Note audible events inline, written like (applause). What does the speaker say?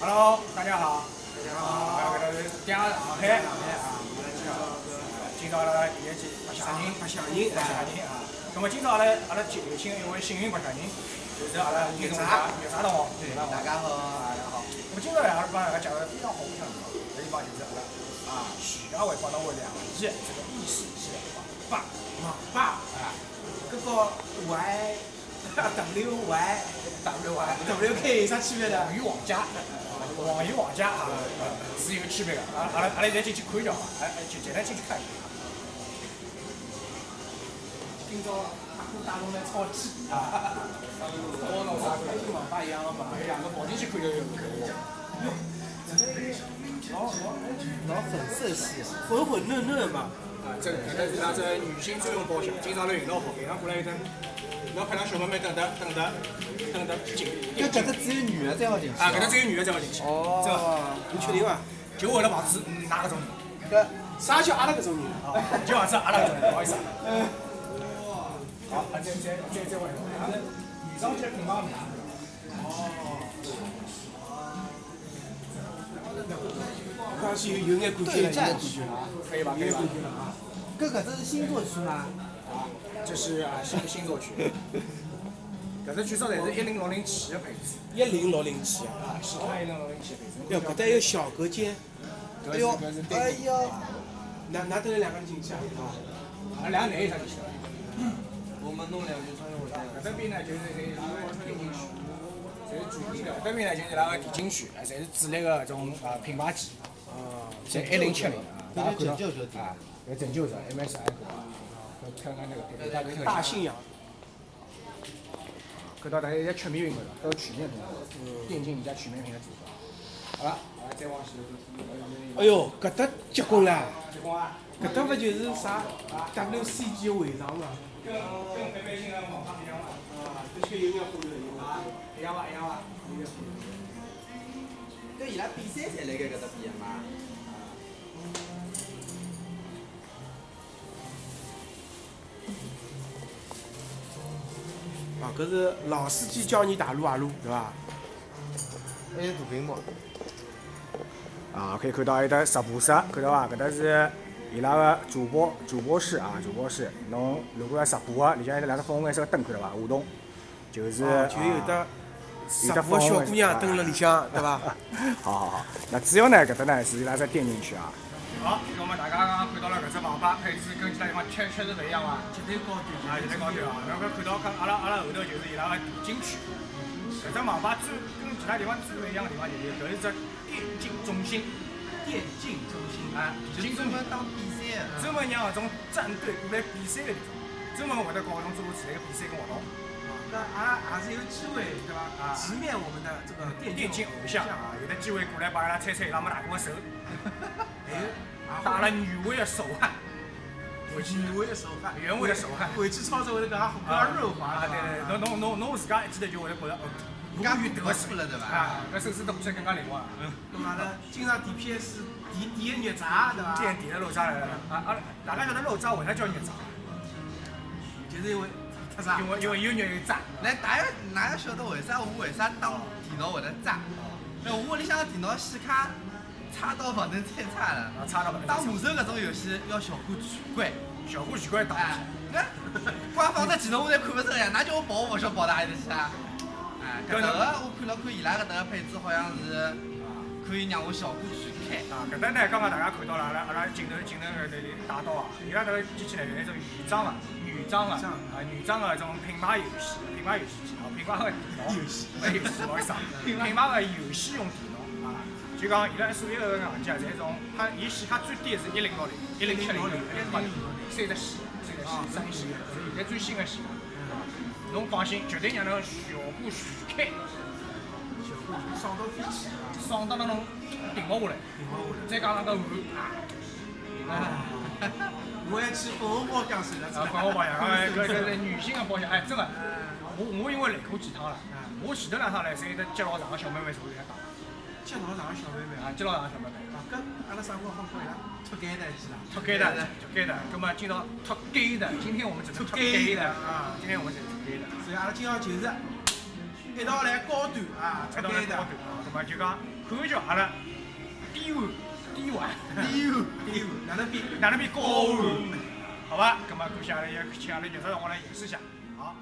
Hello，大家好。大家好，欢迎回到家上海上海啊，我们今朝今朝阿拉第一期白相人，白相人，白相人啊。那么今朝阿拉阿拉有请一位幸运白相人，就是阿拉听众家岳啥同学，对大家好，大家好。那么今朝呢，阿拉帮大家讲个非常好相的一个地方，就是阿拉啊，徐家汇帮到我两期这个意思是爸网吧，啊搿个 Y W Y W Y W K 有啥区别呢？网易网家，网易网家啊，是有区别的。啊阿阿拉阿拉现在进去看一下嘛，哎哎，简简单进去看一下。今朝大哥大龙来炒鸡啊，我弄啥跟网吧一样的嘛？哎呀，我跑进去看一下。老老老粉色系，啊浑浑嫩嫩嘛。啊，这搿搭是㑚只女性专用包厢，经常来运动服，平常过来一等，老漂亮小妹妹等等等等等等进。就搿只只有女的才好进去。啊，搿搭只有女的才要进去，哦，你确定伐？就为了防止㑚搿种人。搿啥叫阿拉搿种人？啊，就防止阿拉搿种人，不好意思。好，再再再再问一下，阿拉女装这品牌名。我讲是有有眼感觉对了，战有区啊，可以吧？可以吧？搿搿只是星座区吗？这是啊新新座区，搿只区少侪是一零六零起的配置，一零六零七啊。啊，是看一零六零起的配置。哟，搿搭有小隔间，搿哎是呦搿是，哎对，呦，哪哪头有两个人进去啊？阿拉两个男一上去的。我们弄两句穿越回来。搿只边呢就是搿个电竞区，侪是主力的。搿边呢就是伊拉个电竞区，啊，侪是主力个搿种啊品牌机，啊，侪一零七零对啊，对拯救者啊，有拯救者 MSI 个啊，看看那个对大哥大信仰。搿到大家在全面运动了，都是全面运动，电竞人家全面运动组合。好了，阿拉再往前头。哎呦，搿搭结棍啦！结棍啊！搿搭勿就是啥 WCG 会场嘛？跟跟北京的网吧一样嘛，啊，的确有眼忽略，有啊，一样吧，一样吧。有眼忽略。搿伊拉比赛侪辣盖搿搭比嘛？啊，搿是老司机教你打撸啊撸，对伐？还有大屏幕。啊，可以看到一搭直播室，看到伐？搿搭是伊拉个主播主播室啊，主播室。侬如果要直播个，里向有两只粉红颜色个灯，看到伐？互动就是啊，就有啊的直播小姑娘蹲辣里向，对伐？好好好，那主要呢，搿搭呢是伊拉只电竞区啊。好，那么大家刚刚看到了搿只网吧配置跟其他地方确确实勿一样伐？绝对高啊，现在讲对啊，然后看到讲阿拉阿拉后头就是伊拉个景区，搿只网吧最跟其他地方最勿一样个地方就是搿是只电竞中心，电竞中心啊，电竞中心当比赛专门让搿啊种战队过来比赛个地方，专门会得搞搿种诸如此类个比赛跟活动，那还还是有机会，对伐？直面我们的这个啊呃电嗯电竞偶像啊，有的机会过来帮阿拉猜猜伊拉没大哥个手，哎啊打了女卫个手汗，回去我也手汗原味的手汗回去操作我那个还比较润滑，啊，对对对，侬侬侬侬自家一记头就会得觉着，哦，人家有得数了对伐？啊，搿手指头起来更加灵活啊。对吧？那经常点 PS 点点虐杂，对伐？点点肉渣来了啊啊！哪能晓得肉渣为啥叫肉渣？就是因为他啥？因为因为有肉有渣。来，大家哪个晓得为啥我为啥当电脑会得炸？那我屋里向的电脑显卡差到不能再差了。啊，差到不能再打差。魔兽搿种游戏要小过全关，小虎奇怪打哎，那官方的技能我侪看勿出 (laughs) 来，哪叫我跑我晓跑哪里去啊？哎，搿搭个我看了看伊拉搿搭个配置，好像是可以让我小过全开。啊，搿搭呢，刚刚大家看到了，阿拉阿拉镜头镜头搿里打到啊，伊拉搿个机器呢有一种女装啊，女装啊，啊女装啊，这种品牌游戏，品牌游戏机啊，品牌个电脑，游戏，游戏，不好意 (laughs) 思啊，品牌个游戏用电脑啊，就讲伊拉所有个硬件侪种，它伊显卡最低是一零六零、一零七零、一零八零，三只系，三只系，三系，现在最新个系，侬放心，绝对让侬效果全开，爽到飞起，爽到让侬停勿下来，顶好我了。 (laughs) 再加上搿汗。嗯我要去粉红包讲水了，啊，帮我保养，哎， (laughs) 搿搿是女性的保养，哎，真的，啊我我因为来过几趟了，我前头两趟来是一只脚老长的小妹妹从里向打，见到上个小妹妹啊，，啊脚老长的小妹妹，啊，搿阿拉啥辰光好搞伊拉脱干的去啦？脱鸡的，脱鸡的，葛么今朝脱鸡的，今天我们只能脱鸡的，啊，今天我们只能脱鸡的，所以阿拉今朝就是一一道来高端啊，一出道来单高的端，对伐？就讲看叫阿拉低碗低碗低碗低碗，哪能比？哪能比高碗？好吧，咁么估计阿拉也去阿拉有啥辰光来演示一下，好。